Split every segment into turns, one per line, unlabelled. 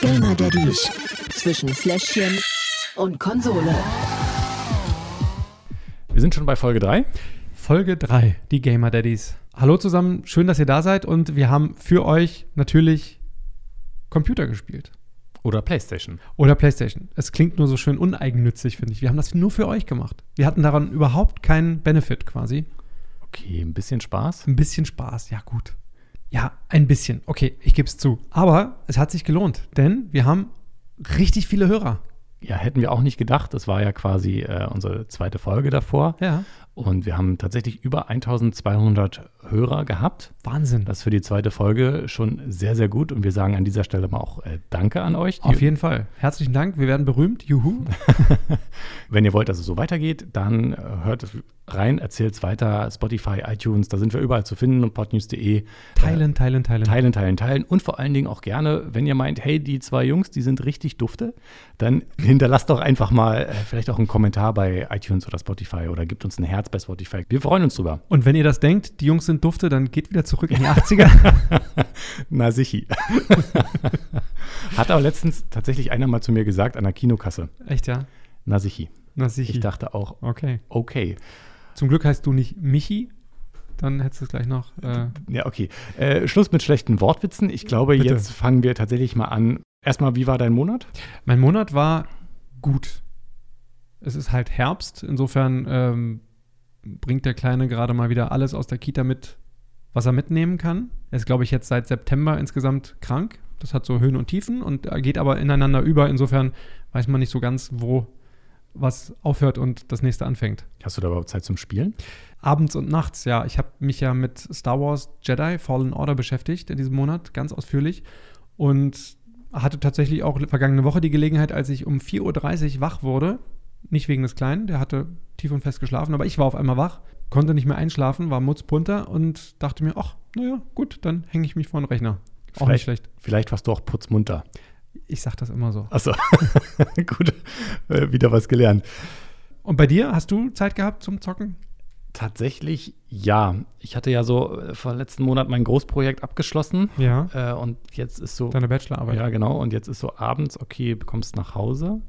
Gamer-Daddies zwischen Fläschchen und Konsole.
Wir sind schon bei Folge 3.
Folge 3, die Gamer Daddies. Hallo zusammen, schön, dass ihr da seid und wir haben für euch natürlich Computer gespielt.
Oder Playstation.
Oder Playstation. Es klingt nur so schön uneigennützig, finde ich. Wir haben das nur für euch gemacht. Wir hatten daran überhaupt keinen Benefit quasi.
Okay, ein bisschen Spaß.
Ein bisschen Spaß, ja gut. Ja, ein bisschen. Okay, ich gebe es zu. Aber es hat sich gelohnt, denn wir haben richtig viele Hörer.
Ja, hätten wir auch nicht gedacht. Das war ja quasi äh, unsere zweite Folge davor.
Ja.
Und wir haben tatsächlich über 1200 Hörer gehabt.
Wahnsinn.
Das ist für die zweite Folge schon sehr, sehr gut. Und wir sagen an dieser Stelle mal auch äh, Danke an euch.
Auf jeden Fall. Herzlichen Dank. Wir werden berühmt. Juhu.
Wenn ihr wollt, dass es so weitergeht, dann äh, hört rein, erzählt es weiter. Spotify, iTunes, da sind wir überall zu finden und podnews.de.
Teilen, teilen, teilen.
Teilen, teilen, teilen. Und vor allen Dingen auch gerne, wenn ihr meint, hey, die zwei Jungs, die sind richtig dufte, dann hinterlasst doch einfach mal äh, vielleicht auch einen Kommentar bei iTunes oder Spotify oder gebt uns ein Herz bei Spotify. Wir freuen uns drüber.
Und wenn ihr das denkt, die Jungs sind dufte, dann geht wieder zurück in die 80er.
Na sichi. Hat auch letztens tatsächlich einer mal zu mir gesagt an der Kinokasse.
Echt, ja?
Na sichi.
Na sicher.
Ich dachte auch,
Okay.
okay.
Zum Glück heißt du nicht Michi. Dann hättest du es gleich noch. Äh,
Ja, okay. Äh, Schluss mit schlechten Wortwitzen. Ich glaube,
Bitte.
jetzt fangen wir tatsächlich mal an. Erstmal, wie war dein Monat?
Mein Monat war gut. Es ist halt Herbst, insofern ähm, bringt der Kleine gerade mal wieder alles aus der Kita mit, was er mitnehmen kann. Er ist, glaube ich, jetzt seit September insgesamt krank. Das hat so Höhen und Tiefen und äh, geht aber ineinander über. Insofern weiß man nicht so ganz, wo was aufhört und das nächste anfängt.
Hast du da überhaupt Zeit zum Spielen?
Abends und nachts, ja. Ich habe mich ja mit Star Wars Jedi Fallen Order beschäftigt in diesem Monat, ganz ausführlich. Und hatte tatsächlich auch vergangene Woche die Gelegenheit, als ich um 4.30 Uhr wach wurde. Nicht wegen des Kleinen, der hatte tief und fest geschlafen, aber ich war auf einmal wach, konnte nicht mehr einschlafen, war mutzpunter und dachte mir, ach, naja, gut, dann hänge ich mich vor den Rechner. Auch nicht
Vielleicht-
schlecht.
Vielleicht warst du auch putzmunter.
Ich sag das immer so.
Achso, Also, gut, äh, wieder was gelernt.
Und bei dir, hast du Zeit gehabt zum Zocken?
Tatsächlich ja. Ich hatte ja so äh, vor letzten Monat mein Großprojekt abgeschlossen
Ja.
äh, und jetzt ist so.
Deine Bachelorarbeit.
Ja, genau. Und jetzt ist so abends, okay, du kommst nach Hause.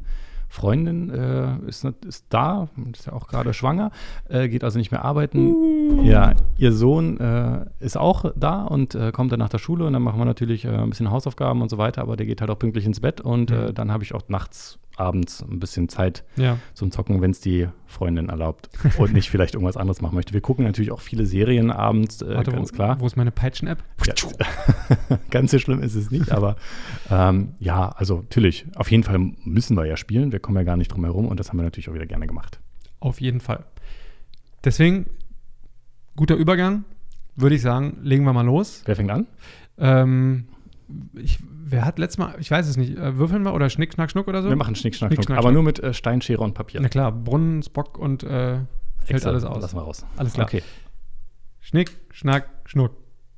Freundin äh, ist, nat- ist da, ist ja auch gerade schwanger, äh, geht also nicht mehr arbeiten. Ja, ihr Sohn äh, ist auch da und äh, kommt dann nach der Schule und dann machen wir natürlich äh, ein bisschen Hausaufgaben und so weiter, aber der geht halt auch pünktlich ins Bett und
Mhm.
äh, dann habe ich auch nachts, abends ein bisschen Zeit
Ja.
zum Zocken, wenn es die Freundin erlaubt und nicht vielleicht irgendwas anderes machen möchte. Wir gucken natürlich auch viele Serien abends, äh,
Warte,
ganz
wo,
klar.
wo ist meine Peitschen-App?
Ja. Ganz so schlimm ist es nicht, aber ähm, ja, also natürlich, auf jeden Fall müssen wir ja spielen. Wir kommen ja gar nicht drum herum und das haben wir natürlich auch wieder gerne gemacht.
Auf jeden Fall. Deswegen, guter Übergang, würde ich sagen, legen wir mal los.
Wer fängt an?
Ähm, ich, wer hat letztes Mal, ich weiß es nicht, äh, würfeln wir oder Schnick, Schnack, Schnuck oder so?
Wir machen Schnick, Schnack,
Schnick,
Schnuck,
Schnack,
aber
Schnuck.
nur mit äh, Stein, Schere und Papier.
Na klar, Brunnen, Spock und äh, fällt
Excel,
alles aus.
Lass mal raus.
Alles klar.
Okay.
Schnick, Schnack, Schnuck.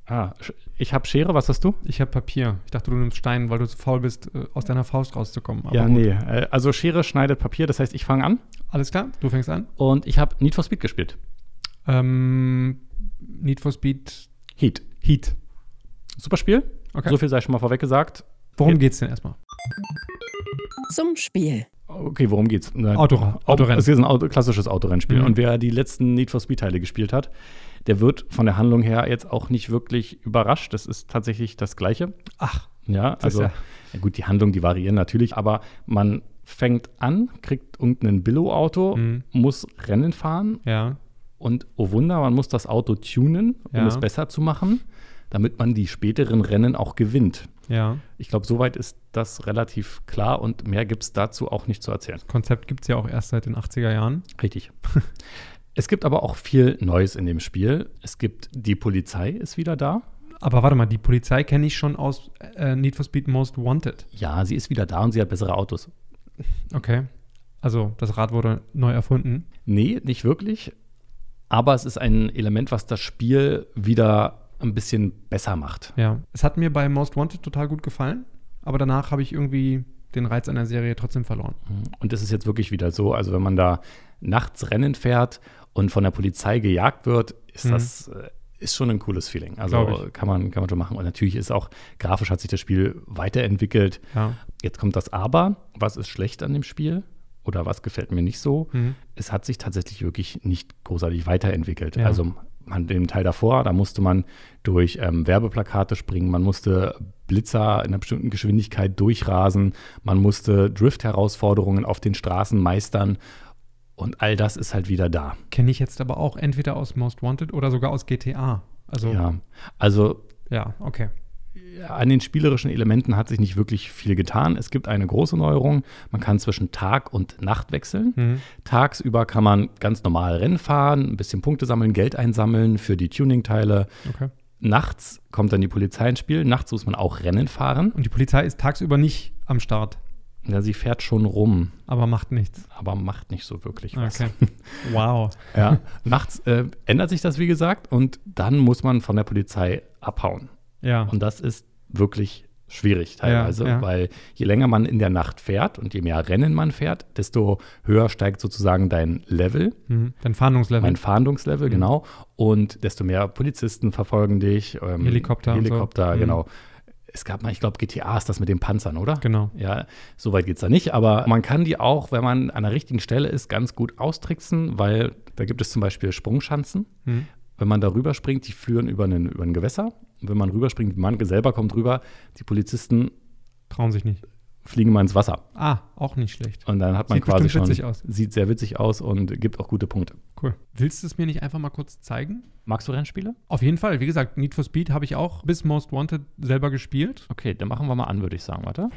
Ah, Sch- ich habe Schere, was hast du?
Ich habe Papier. Ich dachte, du nimmst Stein, weil du zu faul bist, äh, aus deiner Faust rauszukommen. Aber
ja,
gut.
nee. Äh, also Schere schneidet Papier, das heißt, ich fange an
Alles klar, du fängst an.
und ich habe Need for Speed gespielt.
Ähm, Need for Speed
Heat.
Heat.
Super Spiel.
Okay.
So viel sei schon mal vorweg gesagt.
Worum
Heat.
geht's denn erstmal?
Zum Spiel.
Okay, worum geht's? Na,
Autora- Autorennen.
Es ist ein Auto, klassisches Autorennspiel.
Mhm.
Und wer die letzten Need for Speed-Teile gespielt hat, der wird von der Handlung her jetzt auch nicht wirklich überrascht. Das ist tatsächlich das Gleiche.
Ach,
Ja,
Das ist
also
ja-
ja gut, die Handlungen, die variieren natürlich, aber man fängt an, kriegt irgendein Billo-Auto,
Mhm.
muss Rennen fahren
ja.
und oh Wunder, man muss das Auto tunen, um
Ja.
es besser zu machen, damit man die späteren Rennen auch gewinnt.
Ja,
Ich glaube, soweit ist das relativ klar und mehr gibt es dazu auch nicht zu erzählen.
Konzept gibt es ja auch erst seit den 80er Jahren.
Richtig. es gibt aber auch viel Neues in dem Spiel. Es gibt die Polizei ist wieder da.
Aber warte mal, die Polizei kenne ich schon aus äh, Need for Speed Most Wanted.
Ja, sie ist wieder da und sie hat bessere Autos.
Okay. Also, das Rad wurde neu erfunden.
Nee, nicht wirklich. Aber es ist ein Element, was das Spiel wieder ein bisschen besser macht.
Ja. Es hat mir bei Most Wanted total gut gefallen, aber danach habe ich irgendwie den Reiz an der Serie trotzdem verloren.
Und das ist jetzt wirklich wieder so. Also wenn man da nachts Rennen fährt und von der Polizei gejagt wird, ist
Mhm.
das äh, ist schon ein cooles Feeling.
Glaub
Also
ich.
kann man, kann man schon machen. Und natürlich ist auch grafisch hat sich das Spiel weiterentwickelt.
Ja.
Jetzt kommt das Aber. Was ist schlecht an dem Spiel? Oder was gefällt mir nicht so?
Mhm.
Es hat sich tatsächlich wirklich nicht großartig weiterentwickelt.
Ja.
Also man den Teil davor, da musste man durch ähm, Werbeplakate springen, man musste Blitzer in einer bestimmten Geschwindigkeit durchrasen, man musste Drift-Herausforderungen auf den Straßen meistern und all das ist halt wieder da.
Kenne ich jetzt aber auch entweder aus Most Wanted oder sogar aus GTA. Also, ja,
Ja. Also
okay.
an den spielerischen Elementen hat sich nicht wirklich viel getan. Es gibt eine große Neuerung. Man kann zwischen Tag und Nacht wechseln. Tagsüber kann man ganz normal Rennen fahren, ein bisschen Punkte sammeln, Geld einsammeln für die Tuning-Teile.
okay.
Nachts kommt dann die Polizei ins Spiel. Nachts muss man auch Rennen fahren.
Und die Polizei ist tagsüber nicht am Start,
Ja, sie fährt schon rum,
aber macht nichts.
aber macht nicht so wirklich was.
Okay. wow.
Ja. Nachts äh, ändert sich das, wie gesagt, und dann muss man von der Polizei abhauen.
Ja.
Und das ist wirklich schwierig teilweise,
Ja, ja.
weil je länger man in der Nacht fährt und je mehr Rennen man fährt, desto höher steigt sozusagen dein Level,
mhm. Dein Fahndungslevel.
mein Fahndungslevel, genau. Und desto mehr Polizisten verfolgen dich. ähm,
Helikopter und so.
Helikopter,
Mhm.
genau. Es gab mal, ich glaube, GTA ist das mit den Panzern, oder?
genau.
Ja, so weit geht es da nicht, aber man kann die auch, wenn man an der richtigen Stelle ist, ganz gut austricksen, weil da gibt es zum Beispiel Sprungschanzen.
Mhm.
Wenn man da rüberspringt, die führen über, einen, über ein Gewässer. Und wenn man rüberspringt, man selber kommt rüber, die Polizisten
Trauen sich nicht.
fliegen mal ins Wasser.
Ah, auch nicht schlecht.
Und dann hat man
Sieht
quasi
bestimmt
schon.
witzig aus.
Sieht sehr witzig aus und gibt auch gute Punkte.
Cool. Willst du es mir nicht einfach mal kurz zeigen?
Magst du Rennspiele?
Auf jeden Fall, wie gesagt, Need for Speed habe ich auch bis Most Wanted selber gespielt.
Okay, dann machen wir mal an, würde ich sagen, warte.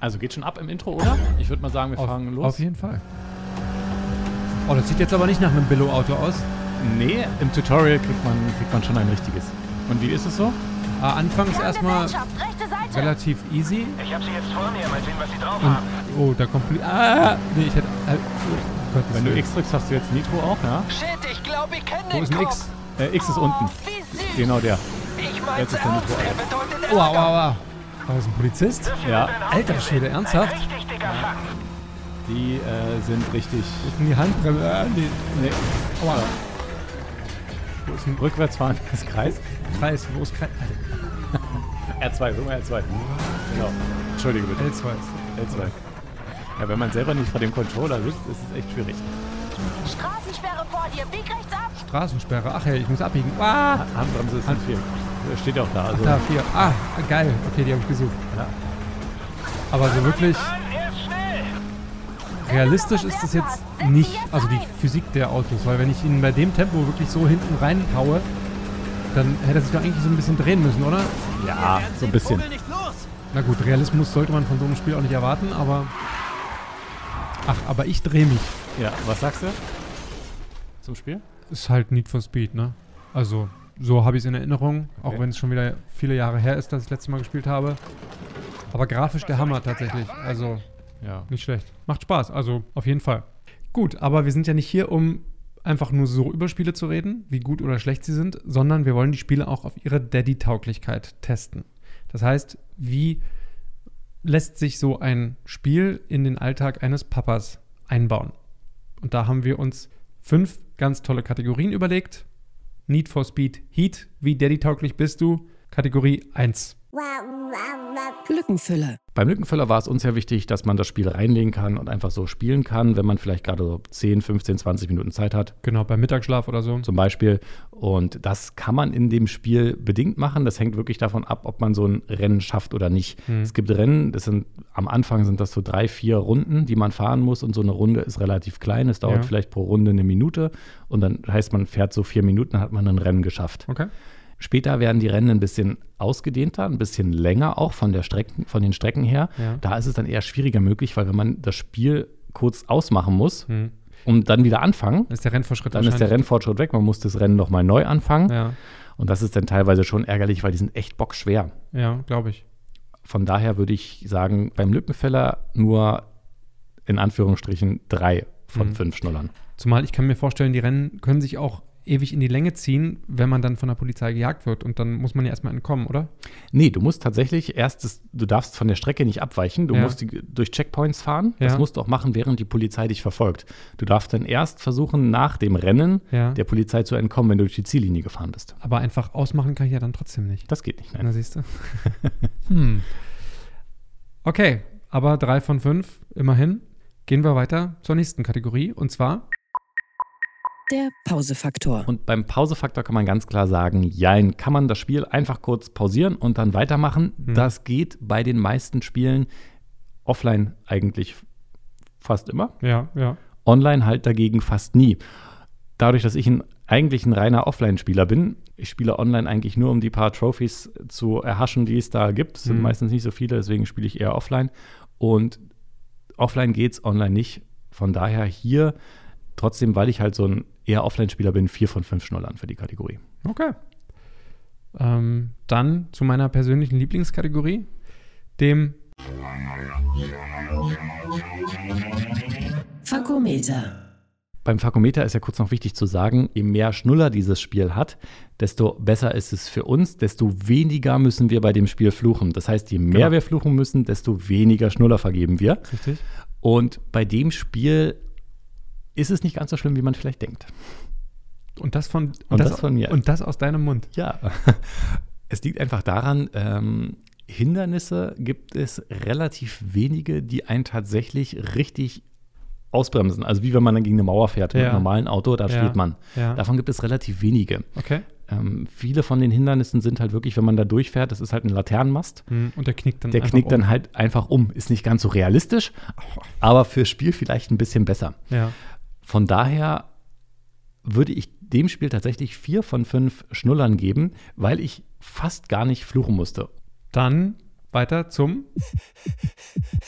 Also geht schon ab im Intro, oder? Ich würde mal sagen, wir fangen los.
auf jeden Fall. Oh, das sieht jetzt aber nicht nach einem Billo-Auto aus.
Nee, im Tutorial kriegt man, kriegt man schon ein richtiges. Und wie ist es so?
Äh, anfangs erstmal
Mannschaft, rechte Seite.
relativ easy.
Ich hab sie jetzt vor mir, mal sehen, was sie drauf
Und,
haben.
oh, da kommt. Poli- Ah! Nee, ich hätte. Äh, oh, Gottes
Wenn du
Willen.
X drückst, hast du jetzt Nitro auch, ja?
Shit, ich glaube, ich kenne
Wo
den
ist ein
Kopf.
X? Äh, X ist unten.
Oh, Wie süß.
Genau der.
Ich mein's
Jetzt ist der
ernst,
Motor
er bedeutet
Aua, aua, aua. War das ein Polizist?
Ärger.
Ja.
Für den
Alter Schwede,
Ein
ernsthaft?
richtig dicker Fang.
Die äh, sind richtig.
In die Handbremse. Äh, nee.
Nee,
Aua.
wo ist ein rückwärtsfahrendes Kreis?
Kreis, wo ist Kreis? Alter,
R2, Römer R2. Genau. Entschuldige bitte,
L2.
L2. Ja, wenn man selber nicht vor dem Controller sitzt, ist es echt schwierig.
Straßensperre vor dir. Bieg rechts ab.
Straßensperre. Ach ja, ich muss abbiegen. Ah!
Handbremse ist ein Fehler. Steht ja auch da. Also,
Da, vier. Ah, geil. Okay, die habe ich gesucht.
Ja.
Aber so wirklich
Mann, er ist schnell.
realistisch ist das jetzt nicht. Also die Physik der Autos. Weil wenn ich ihn bei dem Tempo wirklich so hinten reinhaue, dann hätte er sich doch eigentlich so ein bisschen drehen müssen, oder?
ja, so ein bisschen.
Na gut, Realismus sollte man von so einem Spiel auch nicht erwarten, aber... Ach, aber ich drehe mich.
Ja, was sagst du? Zum Spiel?
Ist halt Need for Speed, ne? Also, so habe ich es in Erinnerung, auch
Okay.
wenn es schon wieder viele Jahre her ist, dass ich das letzte Mal gespielt habe. Aber grafisch der Hammer tatsächlich. Also,
Ja.
nicht schlecht. Macht Spaß, also auf jeden Fall. Gut, aber wir sind ja nicht hier, um einfach nur so über Spiele zu reden, wie gut oder schlecht sie sind, sondern wir wollen die Spiele auch auf ihre Daddy-Tauglichkeit testen. Das heißt, wie lässt sich so ein Spiel in den Alltag eines Papas einbauen? Und da haben wir uns fünf ganz tolle Kategorien überlegt. Need for Speed Heat, wie daddy-tauglich bist du? Kategorie 1.
Lückenfüller.
Beim Lückenfüller war es uns ja wichtig, dass man das Spiel reinlegen kann und einfach so spielen kann, wenn man vielleicht gerade so 10, 15, 20 Minuten Zeit hat.
Genau, beim Mittagsschlaf oder so.
zum Beispiel. Und das kann man in dem Spiel bedingt machen. Das hängt wirklich davon ab, ob man so ein Rennen schafft oder nicht.
Hm.
Es gibt Rennen, das sind am Anfang sind das so drei, vier Runden, die man fahren muss. Und so eine Runde ist relativ klein. Es dauert
Ja.
vielleicht pro Runde eine Minute. Und dann heißt man fährt so vier Minuten, dann hat man ein Rennen geschafft.
Okay.
Später werden die Rennen ein bisschen ausgedehnter, ein bisschen länger auch von, der Strecken, von den Strecken her.
Ja.
Da ist es dann eher schwieriger möglich, weil wenn man das Spiel kurz ausmachen muss und dann wieder anfangen,
Hm. Dann ist der Rennvorschritt
dann ist der Rennfortschritt weg, man muss das Rennen nochmal neu anfangen.
Ja,
Und das ist dann teilweise schon ärgerlich, weil die sind echt bockschwer.
ja, glaube ich.
Von daher würde ich sagen, beim Lückenfeller nur in Anführungsstrichen drei von fünf Schnullern.
Mhm. Zumal ich kann mir vorstellen, die Rennen können sich auch ewig in die Länge ziehen, wenn man dann von der Polizei gejagt wird. Und dann muss man ja erstmal entkommen, oder?
Nee, du musst tatsächlich erst, das, du darfst von der Strecke nicht abweichen. Du
Ja.
musst die, durch Checkpoints fahren.
Ja.
Das musst du auch machen, während die Polizei dich verfolgt. Du darfst dann erst versuchen, nach dem Rennen
Ja.
der Polizei zu entkommen, wenn du durch die Ziellinie gefahren bist.
Aber einfach ausmachen kann ich ja dann trotzdem nicht.
Das geht nicht,
Na,
nein.
siehst du. hm. Okay, aber drei von fünf, immerhin. Gehen wir weiter zur nächsten Kategorie und zwar
Der Pausefaktor.
Und beim Pausefaktor kann man ganz klar sagen, jein, kann man das Spiel einfach kurz pausieren und dann weitermachen. Das geht bei den meisten Spielen offline eigentlich fast immer.
ja, ja.
Online halt dagegen fast nie. Dadurch, dass ich ein, eigentlich ein reiner Offline-Spieler bin, ich spiele online eigentlich nur, um die paar Trophies zu erhaschen, die es da gibt. Es sind
Mhm.
meistens nicht so viele, deswegen spiele ich eher offline. Und offline geht's, online nicht. Von daher hier trotzdem, weil ich halt so ein eher Offline-Spieler bin, 4 von 5 Schnullern für die Kategorie.
Okay. Ähm, dann zu meiner persönlichen Lieblingskategorie, dem
Fakometer.
Beim Fakometer ist ja kurz noch wichtig zu sagen, je mehr Schnuller dieses Spiel hat, desto besser ist es für uns, desto weniger müssen wir bei dem Spiel fluchen. Das heißt, je mehr
Genau.
wir fluchen müssen, desto weniger Schnuller vergeben wir.
richtig.
Und bei dem Spiel ist es nicht ganz so schlimm, wie man vielleicht denkt.
Und das von
Und das von mir.
Und das aus deinem Mund.
Ja, es liegt einfach daran, ähm, Hindernisse gibt es relativ wenige, die einen tatsächlich richtig ausbremsen. Also wie wenn man dann gegen eine Mauer fährt mit
Ja.
einem normalen Auto, da
Ja.
steht man.
Ja.
Davon gibt es relativ wenige.
Okay.
Ähm, viele von den Hindernissen sind halt wirklich, wenn man da durchfährt, das ist halt ein Laternenmast.
Hm, Und der knickt dann
Der
einfach
knickt
um.
dann halt einfach um. Ist nicht ganz so realistisch, aber fürs Spiel vielleicht ein bisschen besser.
Ja.
Von daher würde ich dem Spiel tatsächlich vier von fünf Schnullern geben, weil ich fast gar nicht fluchen musste.
Dann weiter zum,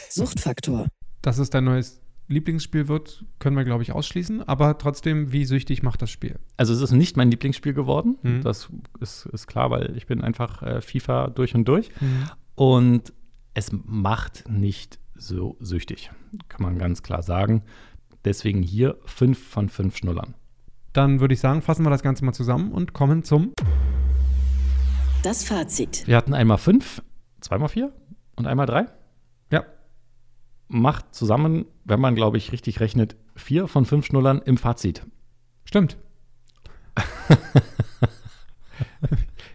Suchtfaktor.
dass es dein neues Lieblingsspiel wird, können wir, glaube ich, ausschließen. Aber trotzdem, wie süchtig macht das Spiel?
Also es ist nicht mein Lieblingsspiel geworden,
Mhm.
das ist, ist klar, weil ich bin einfach äh, FIFA durch und durch. Und es macht nicht so süchtig, kann man ganz klar sagen. Deswegen hier fünf von fünf Schnullern.
Dann würde ich sagen, fassen wir das Ganze mal zusammen und kommen zum.
Das Fazit.
Wir hatten einmal fünf, zweimal vier und einmal drei.
Ja,
Macht zusammen, wenn man, glaube ich, richtig rechnet, vier von fünf Schnullern im Fazit.
stimmt.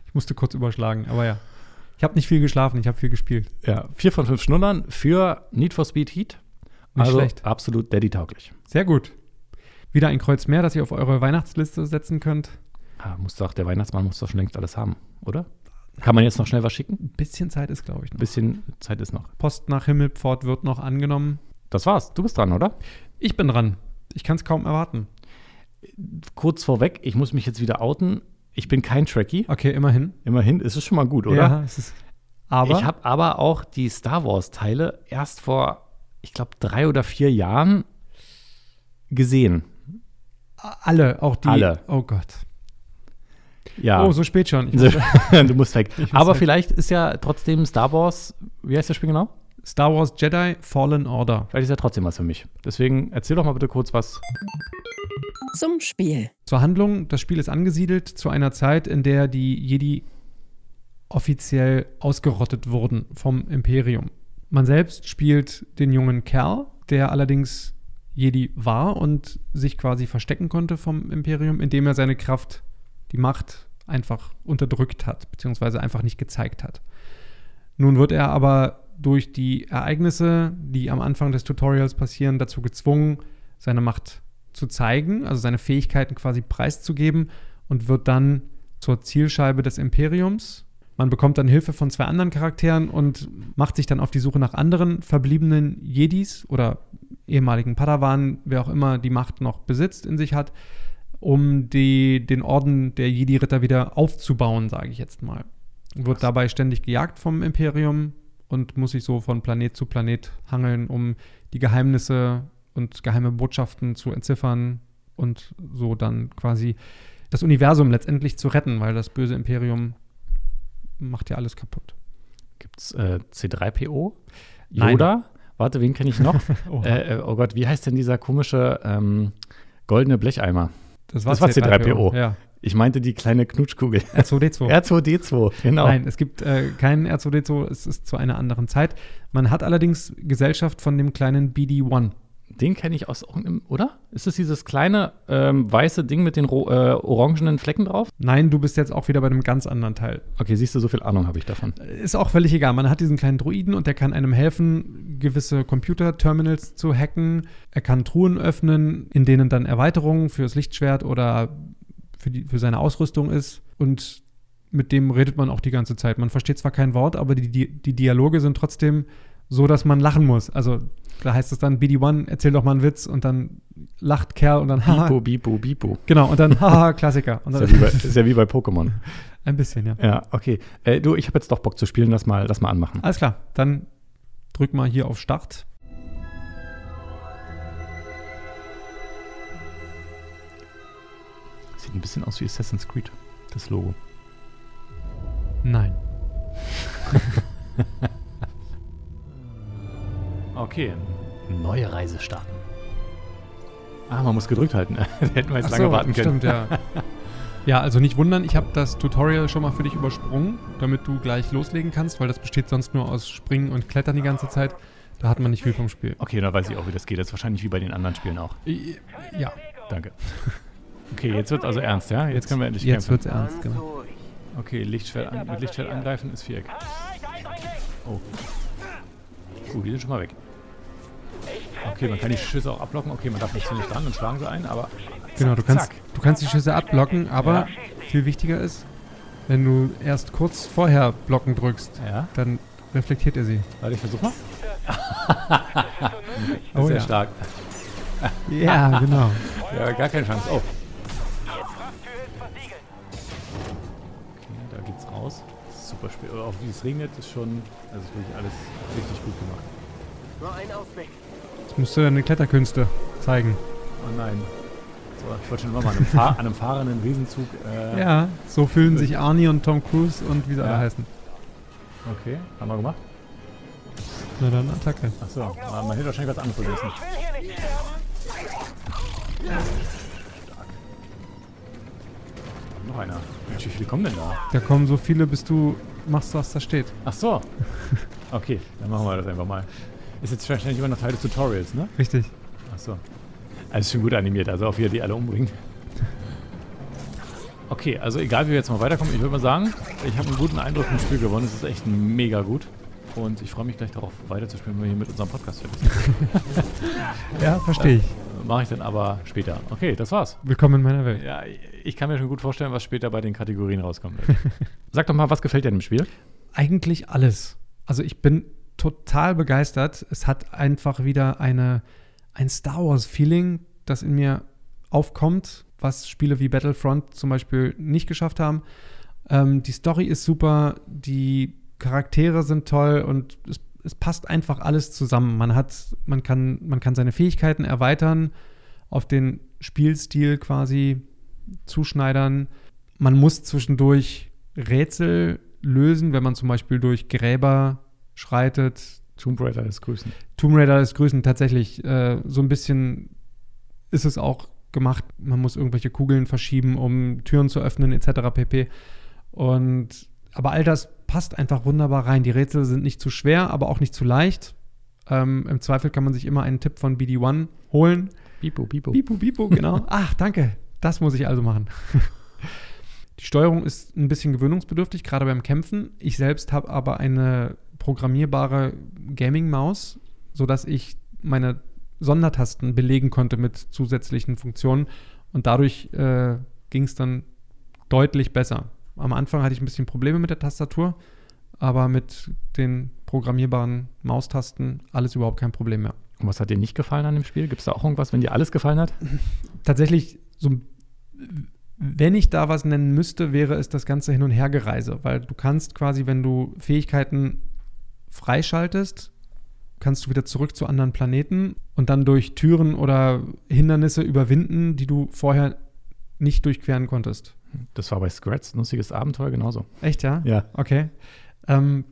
ich musste kurz überschlagen, aber ja. Ich habe nicht viel geschlafen, ich habe viel gespielt.
Ja, vier von fünf Schnullern für Need for Speed Heat.
Nicht
also
schlecht.
absolut daddy-tauglich.
Sehr gut. Wieder ein Kreuz mehr, das ihr auf eure Weihnachtsliste setzen könnt.
Ah, muss doch, der Weihnachtsmann muss doch schon längst alles haben, oder? Kann man jetzt noch schnell was schicken?
Ein bisschen Zeit ist, glaube ich, noch.
Ein bisschen Zeit ist noch.
Post nach Himmelpfort wird noch angenommen.
Das war's. Du bist dran, oder?
Ich bin dran. Ich kann es kaum erwarten.
Kurz vorweg, ich muss mich jetzt wieder outen. Ich bin kein Trekkie.
Okay, immerhin.
Immerhin ist es schon mal gut, oder?
Ja, es ist, aber
Ich habe aber auch die Star Wars-Teile erst vor, ich glaube, drei oder vier Jahren gesehen.
alle, auch die.
Alle.
Oh Gott.
Ja.
Oh, so spät schon. Ich
So, du musst weg. Aber
weg.
vielleicht ist ja trotzdem Star Wars, wie heißt das Spiel genau?
Star Wars Jedi Fallen Order.
Vielleicht ist ja trotzdem was für mich. Deswegen erzähl doch mal bitte kurz was.
Zum Spiel.
Zur Handlung, das Spiel ist angesiedelt zu einer Zeit, in der die Jedi offiziell ausgerottet wurden vom Imperium. Man selbst spielt den jungen Kerl, der allerdings Jedi war und sich quasi verstecken konnte vom Imperium, indem er seine Kraft, die Macht, einfach unterdrückt hat, beziehungsweise einfach nicht gezeigt hat. Nun wird er aber durch die Ereignisse, die am Anfang des Tutorials passieren, dazu gezwungen, seine Macht zu zeigen, also seine Fähigkeiten quasi preiszugeben und wird dann zur Zielscheibe des Imperiums. Man bekommt dann Hilfe von zwei anderen Charakteren und macht sich dann auf die Suche nach anderen verbliebenen Jedis oder ehemaligen Padawanen, wer auch immer die Macht noch besitzt in sich hat, um die, den Orden der Jedi-Ritter wieder aufzubauen, sage ich jetzt mal. Wird dabei ständig gejagt vom Imperium und muss sich so von Planet zu Planet hangeln, um die Geheimnisse und geheime Botschaften zu entziffern und so dann quasi das Universum letztendlich zu retten, weil das böse Imperium macht ja alles kaputt.
Gibt's äh, C3PO?
Nein.
Yoda? Warte, wen kenne ich noch?
Oha.
äh, äh, oh Gott, wie heißt denn dieser komische ähm, goldene Blecheimer? Das war C3PO.
Ja.
Ich meinte die kleine Knutschkugel.
R2D2.
R2D2, genau.
Oh. Nein, es gibt äh, keinen R2D2, es ist zu einer anderen Zeit. Man hat allerdings Gesellschaft von dem kleinen BD1.
Den kenne ich aus irgendeinem, oder? Ist es dieses kleine ähm, weiße Ding mit den ro- äh, orangenen Flecken drauf?
Nein, du bist jetzt auch wieder bei einem ganz anderen Teil.
Okay, siehst du, so viel Ahnung habe ich davon.
Ist auch völlig egal. Man hat diesen kleinen Droiden und der kann einem helfen, gewisse Computerterminals zu hacken. Er kann Truhen öffnen, in denen dann Erweiterungen fürs Lichtschwert oder für, die, für seine Ausrüstung ist. Und mit dem redet man auch die ganze Zeit. Man versteht zwar kein Wort, aber die, die, die Dialoge sind trotzdem so, dass man lachen muss. Also da heißt es dann BD1, erzähl doch mal einen Witz und dann lacht Kerl und dann haha.
Bipo, Bipo, Bipo.
Genau, und dann haha, Klassiker. Und
Ist ja
dann,
wie bei, ist ja wie bei Pokémon.
ein bisschen, ja.
Ja, okay. Äh, du, ich habe jetzt doch Bock zu spielen. Lass mal, lass mal anmachen.
Alles klar, dann drück mal hier auf Start.
Sieht ein bisschen aus wie Assassin's Creed, das Logo.
Nein.
Okay. Neue Reise starten. Ah, man muss gedrückt halten. Hätten wir jetzt lange
Ach so,
warten können.
Stimmt, ja. ja, also nicht wundern, ich habe das Tutorial schon mal für dich übersprungen, damit du gleich loslegen kannst, weil das besteht sonst nur aus Springen und Klettern die ganze Zeit. Da hat man nicht viel vom Spiel.
Okay, da weiß ich auch, wie das geht. Das ist wahrscheinlich wie bei den anderen Spielen auch.
Ja,
Danke. Okay, jetzt wird's also ernst, ja? Jetzt können wir endlich
jetzt
kämpfen.
wird's ernst, genau.
Okay, Lichtschwert an, mit Lichtschwert angreifen ist Viereck. Oh. Uh, die sind schon mal weg. Okay, man kann die Schüsse auch abblocken. Okay, man darf nicht ziemlich dran und schlagen sie ein, aber
Genau, du kannst,
zack.
du kannst die Schüsse abblocken, aber
Ja.
viel wichtiger ist, wenn du erst kurz vorher blocken drückst,
Ja.
dann reflektiert er sie.
warte, ich versuch mal.
Oh
Sehr
ja.
stark.
Ja, genau.
Ja, gar keine Chance. Oh. Okay, da geht's raus. Super Spiel. Aber Auch wie es regnet, ist schon. Also ist wirklich alles richtig gut gemacht.
Jetzt musst du deine Kletterkünste zeigen.
Oh nein. So, ich wollte schon immer mal an einem, Fahr an einem fahrenden Riesenzug. Äh,
Ja, so fühlen sich Arnie und Tom Cruise und wie sie alle
Ja.
heißen.
Okay, haben wir gemacht.
Na dann Attacke.
Achso, aber man hätte wahrscheinlich was anderes vergessen. Stark. Noch einer. Mensch, wie viele kommen denn da?
Da kommen so viele, bis du machst, was da steht.
Ach so. Okay, dann machen wir das einfach mal. Ist jetzt wahrscheinlich immer noch Teil des Tutorials, ne?
Richtig.
Ach so. Also schon gut animiert, also auch wieder die alle umbringen. Okay, also egal wie wir jetzt mal weiterkommen, ich würde mal sagen, ich habe einen guten Eindruck vom Spiel gewonnen. Es ist echt mega gut. Und ich freue mich gleich darauf, weiterzuspielen, wenn wir hier mit unserem Podcast fertig sind.
Ja, verstehe ich.
Mache ich dann aber später. Okay, das war's.
Willkommen in meiner Welt.
Ja, ich kann mir schon gut vorstellen, was später bei den Kategorien rauskommt. Sag doch mal, was gefällt dir an dem Spiel?
Eigentlich alles. Also ich bin total begeistert. Es hat einfach wieder eine, ein Star Wars-Feeling, das in mir aufkommt, was Spiele wie Battlefront zum Beispiel nicht geschafft haben. Ähm, die Story ist super, die Charaktere sind toll und es, es passt einfach alles zusammen. Man, hat, man, kann, man kann seine Fähigkeiten erweitern, auf den Spielstil quasi zuschneidern. Man muss zwischendurch Rätsel lösen, wenn man zum Beispiel durch Gräber schreitet.
Tomb Raider ist grüßen.
Tomb Raider ist Grüßen tatsächlich. Äh, so ein bisschen ist es auch gemacht. Man muss irgendwelche Kugeln verschieben, um Türen zu öffnen, etc. pp. Und aber all das passt einfach wunderbar rein. Die Rätsel sind nicht zu schwer, aber auch nicht zu leicht. Ähm, Im Zweifel kann man sich immer einen Tipp von BD1 holen.
Bipo, Bipo.
Bipu, bipu, genau. Ach, danke. Das muss ich also machen. Die Steuerung ist ein bisschen gewöhnungsbedürftig, gerade beim Kämpfen. Ich selbst habe aber eine programmierbare Gaming-Maus, sodass ich meine Sondertasten belegen konnte mit zusätzlichen Funktionen. Und dadurch äh, ging es dann deutlich besser. Am Anfang hatte ich ein bisschen Probleme mit der Tastatur, aber mit den programmierbaren Maustasten alles überhaupt kein Problem mehr.
Und was hat dir nicht gefallen an dem Spiel? Gibt es da auch irgendwas, wenn dir alles gefallen hat?
tatsächlich so wenn ich da was nennen müsste, wäre es das ganze Hin- und Hergereise, weil du kannst quasi, wenn du Fähigkeiten freischaltest, kannst du wieder zurück zu anderen Planeten und dann durch Türen oder Hindernisse überwinden, die du vorher nicht durchqueren konntest.
Das war bei Scratch, lustiges Abenteuer, genauso.
Echt, ja?
Ja.
Okay. Ähm,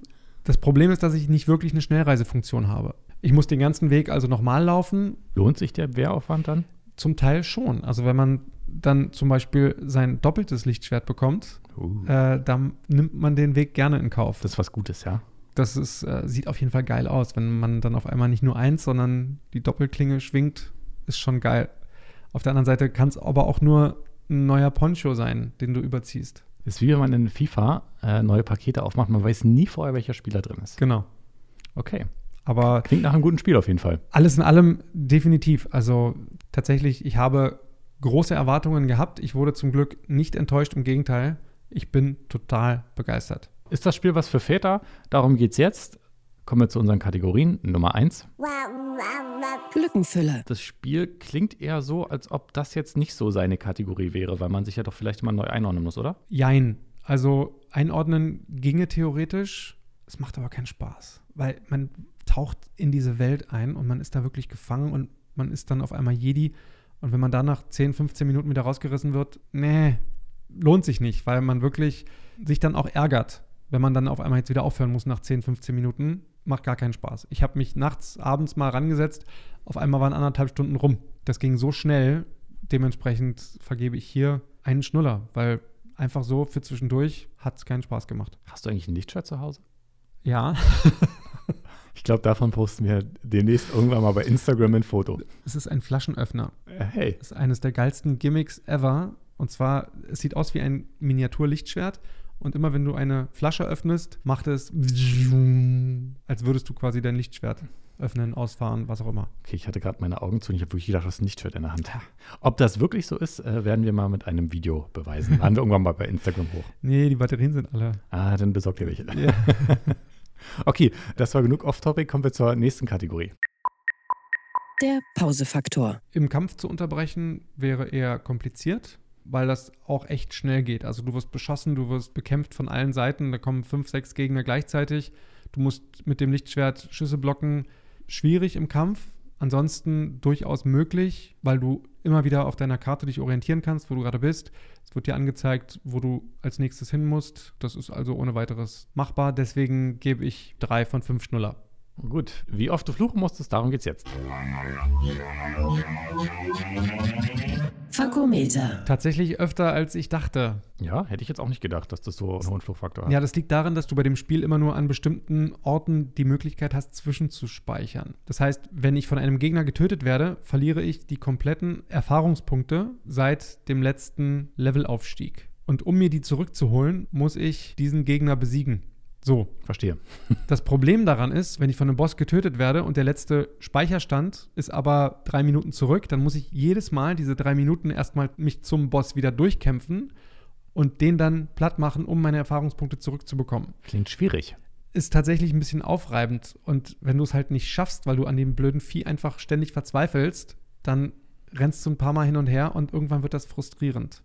das Problem ist, dass ich nicht wirklich eine Schnellreisefunktion habe. Ich muss den ganzen Weg also nochmal laufen,
Lohnt sich der Wehraufwand dann?
Zum Teil schon. Also wenn man dann zum Beispiel sein doppeltes Lichtschwert bekommt,
Uh,
äh, dann nimmt man den Weg gerne in Kauf.
das ist was Gutes, ja.
Das ist, äh, sieht auf jeden Fall geil aus, wenn man dann auf einmal nicht nur eins, sondern die Doppelklinge schwingt, ist schon geil. Auf der anderen Seite kann es aber auch nur ein neuer Poncho sein, den du überziehst.
Ist wie wenn man in FIFA äh, neue Pakete aufmacht. Man weiß nie vorher, welcher Spieler drin ist.
Genau.
Okay.
Aber
Klingt nach einem guten Spiel auf jeden Fall.
alles in allem definitiv. Also tatsächlich, ich habe große Erwartungen gehabt. Ich wurde zum Glück nicht enttäuscht. Im Gegenteil, ich bin total begeistert.
Ist das Spiel was für Väter? Darum geht's jetzt. Kommen wir zu unseren Kategorien. Nummer eins.
Lückenfüller.
Das Spiel klingt eher so, als ob das jetzt nicht so seine Kategorie wäre, weil man sich ja doch vielleicht mal neu einordnen muss, oder?
Jein. Also einordnen ginge theoretisch, es macht aber keinen Spaß, weil man taucht in diese Welt ein und man ist da wirklich gefangen und man ist dann auf einmal Jedi und wenn man da nach 10, 15 Minuten wieder rausgerissen wird, nee, lohnt sich nicht, weil man wirklich sich dann auch ärgert, wenn man dann auf einmal jetzt wieder aufhören muss nach 10, 15 Minuten, macht gar keinen Spaß. Ich habe mich nachts, abends mal rangesetzt, auf einmal waren anderthalb Stunden rum. Das ging so schnell, dementsprechend vergebe ich hier einen Schnuller, weil einfach so für zwischendurch hat es keinen Spaß gemacht.
Hast du eigentlich ein Lichtschwert zu Hause?
Ja,
Ich glaube, davon posten wir demnächst irgendwann mal bei Instagram ein Foto.
es ist ein Flaschenöffner.
Äh, Hey,
ist eines der geilsten Gimmicks ever. Und zwar, es sieht aus wie ein Miniaturlichtschwert. Und immer wenn du eine Flasche öffnest, macht es, als würdest du quasi dein Lichtschwert öffnen, ausfahren, was auch immer.
okay, ich hatte gerade meine Augen zu und ich habe wirklich gedacht, du hast ein Lichtschwert in der Hand. Ob das wirklich so ist, äh, werden wir mal mit einem Video beweisen. Laden wir irgendwann mal bei Instagram hoch.
Nee, die Batterien sind alle.
Ah, dann besorgt ihr welche. okay, das war genug Off-Topic. Kommen wir zur nächsten Kategorie.
Der Pausefaktor.
Im Kampf zu unterbrechen wäre eher kompliziert, weil das auch echt schnell geht. Also du wirst beschossen, du wirst bekämpft von allen Seiten, da kommen fünf, sechs Gegner gleichzeitig. Du musst mit dem Lichtschwert Schüsse blocken. Schwierig im Kampf, ansonsten durchaus möglich, weil du immer wieder auf deiner Karte dich orientieren kannst, wo du gerade bist. Es wird dir angezeigt, wo du als nächstes hin musst. Das ist also ohne weiteres machbar. Deswegen gebe ich drei von fünf Schnuller.
Gut, wie oft du fluchen musstest, darum geht's jetzt.
Fakometer.
Tatsächlich öfter, als ich dachte.
Ja, hätte ich jetzt auch nicht gedacht, dass das so einen hohen Fluchfaktor hat.
Ja, das liegt daran, dass du bei dem Spiel immer nur an bestimmten Orten die Möglichkeit hast, zwischenzuspeichern. Das heißt, wenn ich von einem Gegner getötet werde, verliere ich die kompletten Erfahrungspunkte seit dem letzten Levelaufstieg. Und um mir die zurückzuholen, muss ich diesen Gegner besiegen. So,
Verstehe.
das Problem daran ist, wenn ich von einem Boss getötet werde und der letzte Speicherstand ist aber drei Minuten zurück, dann muss ich jedes Mal diese drei Minuten erstmal mich zum Boss wieder durchkämpfen und den dann platt machen, um meine Erfahrungspunkte zurückzubekommen.
Klingt schwierig.
Ist tatsächlich ein bisschen aufreibend und wenn du es halt nicht schaffst, weil du an dem blöden Vieh einfach ständig verzweifelst, dann rennst du ein paar Mal hin und her und irgendwann wird das frustrierend.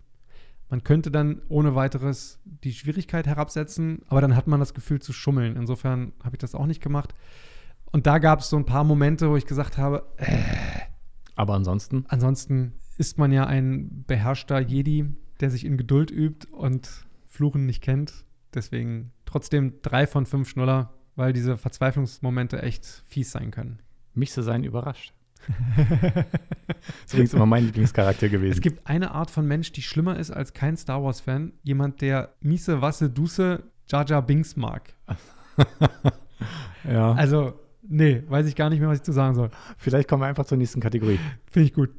Man könnte dann ohne weiteres die Schwierigkeit herabsetzen, aber dann hat man das Gefühl zu schummeln. Insofern habe ich das auch nicht gemacht. Und da gab es so ein paar Momente, wo ich gesagt habe, äh,
Aber ansonsten,
ansonsten ist man ja ein beherrschter Jedi, der sich in Geduld übt und Fluchen nicht kennt. Deswegen trotzdem drei von fünf Schnuller, weil diese Verzweiflungsmomente echt fies sein können.
mich zu sein überrascht. das ist übrigens immer mein Lieblingscharakter gewesen.
Es gibt eine Art von Mensch, die schlimmer ist als kein Star Wars-Fan. Jemand, der miese, wasse, dusse Jar Jar Binks mag.
ja.
Also, nee, weiß ich gar nicht mehr, was ich zu sagen soll.
Vielleicht kommen wir einfach zur nächsten Kategorie.
Finde ich gut.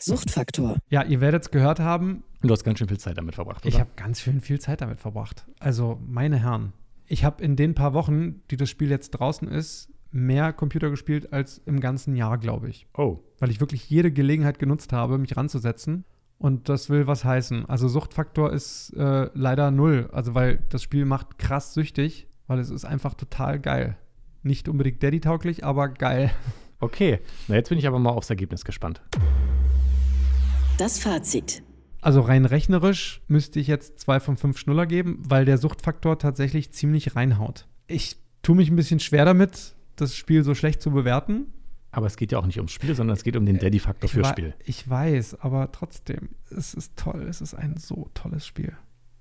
Suchtfaktor.
Ja, ihr werdet es gehört haben.
Du hast ganz schön viel Zeit damit verbracht,
Ich habe ganz schön viel Zeit damit verbracht. Also, meine Herren, ich habe in den paar Wochen, die das Spiel jetzt draußen ist, mehr Computer gespielt als im ganzen Jahr, glaube ich.
oh,
Weil ich wirklich jede Gelegenheit genutzt habe, mich ranzusetzen. Und das will was heißen. Also Suchtfaktor ist äh, leider null. Also weil das Spiel macht krass süchtig, weil es ist einfach total geil. Nicht unbedingt Daddy-tauglich, aber geil.
okay. Na, jetzt bin ich aber mal aufs Ergebnis gespannt.
Das Fazit.
Also rein rechnerisch müsste ich jetzt zwei von fünf Schnuller geben, weil der Suchtfaktor tatsächlich ziemlich reinhaut. Ich tue mich ein bisschen schwer damit, das Spiel so schlecht zu bewerten.
Aber es geht ja auch nicht ums Spiel, sondern es geht um den Daddy-Faktor
ich,
fürs
wei-
Spiel.
ich weiß, aber trotzdem, es ist toll. Es ist ein so tolles Spiel.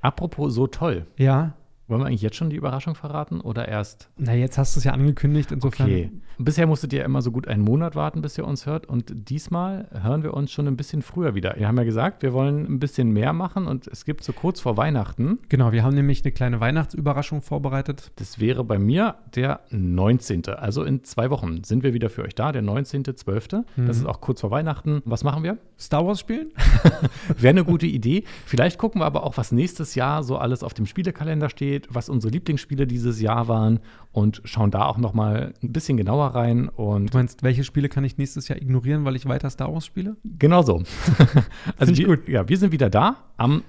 Apropos so toll.
Ja,
Wollen wir eigentlich jetzt schon die Überraschung verraten oder erst?
Na, jetzt hast du es ja angekündigt, insofern.
Bisher musstet ihr immer so gut einen Monat warten, bis ihr uns hört. Und diesmal hören wir uns schon ein bisschen früher wieder. Wir haben ja gesagt, wir wollen ein bisschen mehr machen und es gibt so kurz vor Weihnachten,
Genau, wir haben nämlich eine kleine Weihnachtsüberraschung vorbereitet.
das wäre bei mir der 19. Also in zwei Wochen sind wir wieder für euch da, der 19.12. Das ist auch kurz vor Weihnachten. Was machen wir?
Star Wars spielen?
Wäre eine gute Idee. Vielleicht gucken wir aber auch, was nächstes Jahr so alles auf dem Spielekalender steht, was unsere Lieblingsspiele dieses Jahr waren und schauen da auch noch mal ein bisschen genauer rein und
Du meinst, welche Spiele kann ich nächstes Jahr ignorieren, weil ich weiter Star Wars spiele?
genau so. also
ich
wir,
gut.
Ja, wir sind wieder da am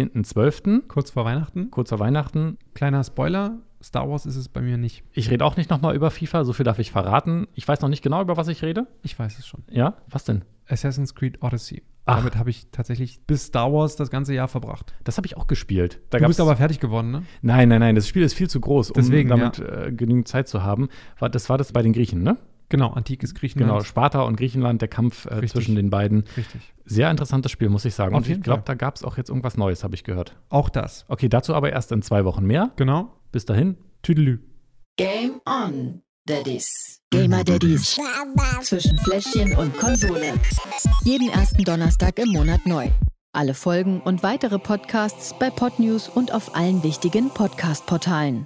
19.12.,
Kurz vor Weihnachten.
kurz vor Weihnachten.
Kleiner Spoiler, Star Wars ist es bei mir nicht.
Ich rede auch nicht noch mal über FIFA, so viel darf ich verraten. Ich weiß noch nicht genau, über was ich rede.
Ich weiß es schon.
Ja, was denn?
Assassin's Creed Odyssey.
Ach.
Damit habe ich tatsächlich bis Star Wars das ganze Jahr verbracht.
Das habe ich auch gespielt. Da
Du bist
gab's-
aber fertig geworden, ne?
nein, nein, nein, das Spiel ist viel zu groß, um
Deswegen,
damit äh, genügend Zeit zu haben. War, das war das bei den Griechen, ne?
Genau, antikes Griechenland.
Genau, Sparta und Griechenland, der Kampf äh,
Richtig.
zwischen den beiden.
Richtig.
Sehr interessantes Spiel, muss ich sagen.
Auf
und
jeden
ich glaube, da
Fall.
gab es auch jetzt irgendwas Neues, habe ich gehört.
Auch das.
Okay, dazu aber erst in zwei Wochen mehr.
Genau.
Bis dahin.
Tüdelü.
Game on, Daddies. Gamer Daddies. Zwischen Fläschchen und Konsolen. Jeden ersten Donnerstag im Monat neu. Alle Folgen und weitere Podcasts bei Podnews und auf allen wichtigen Podcast-Portalen.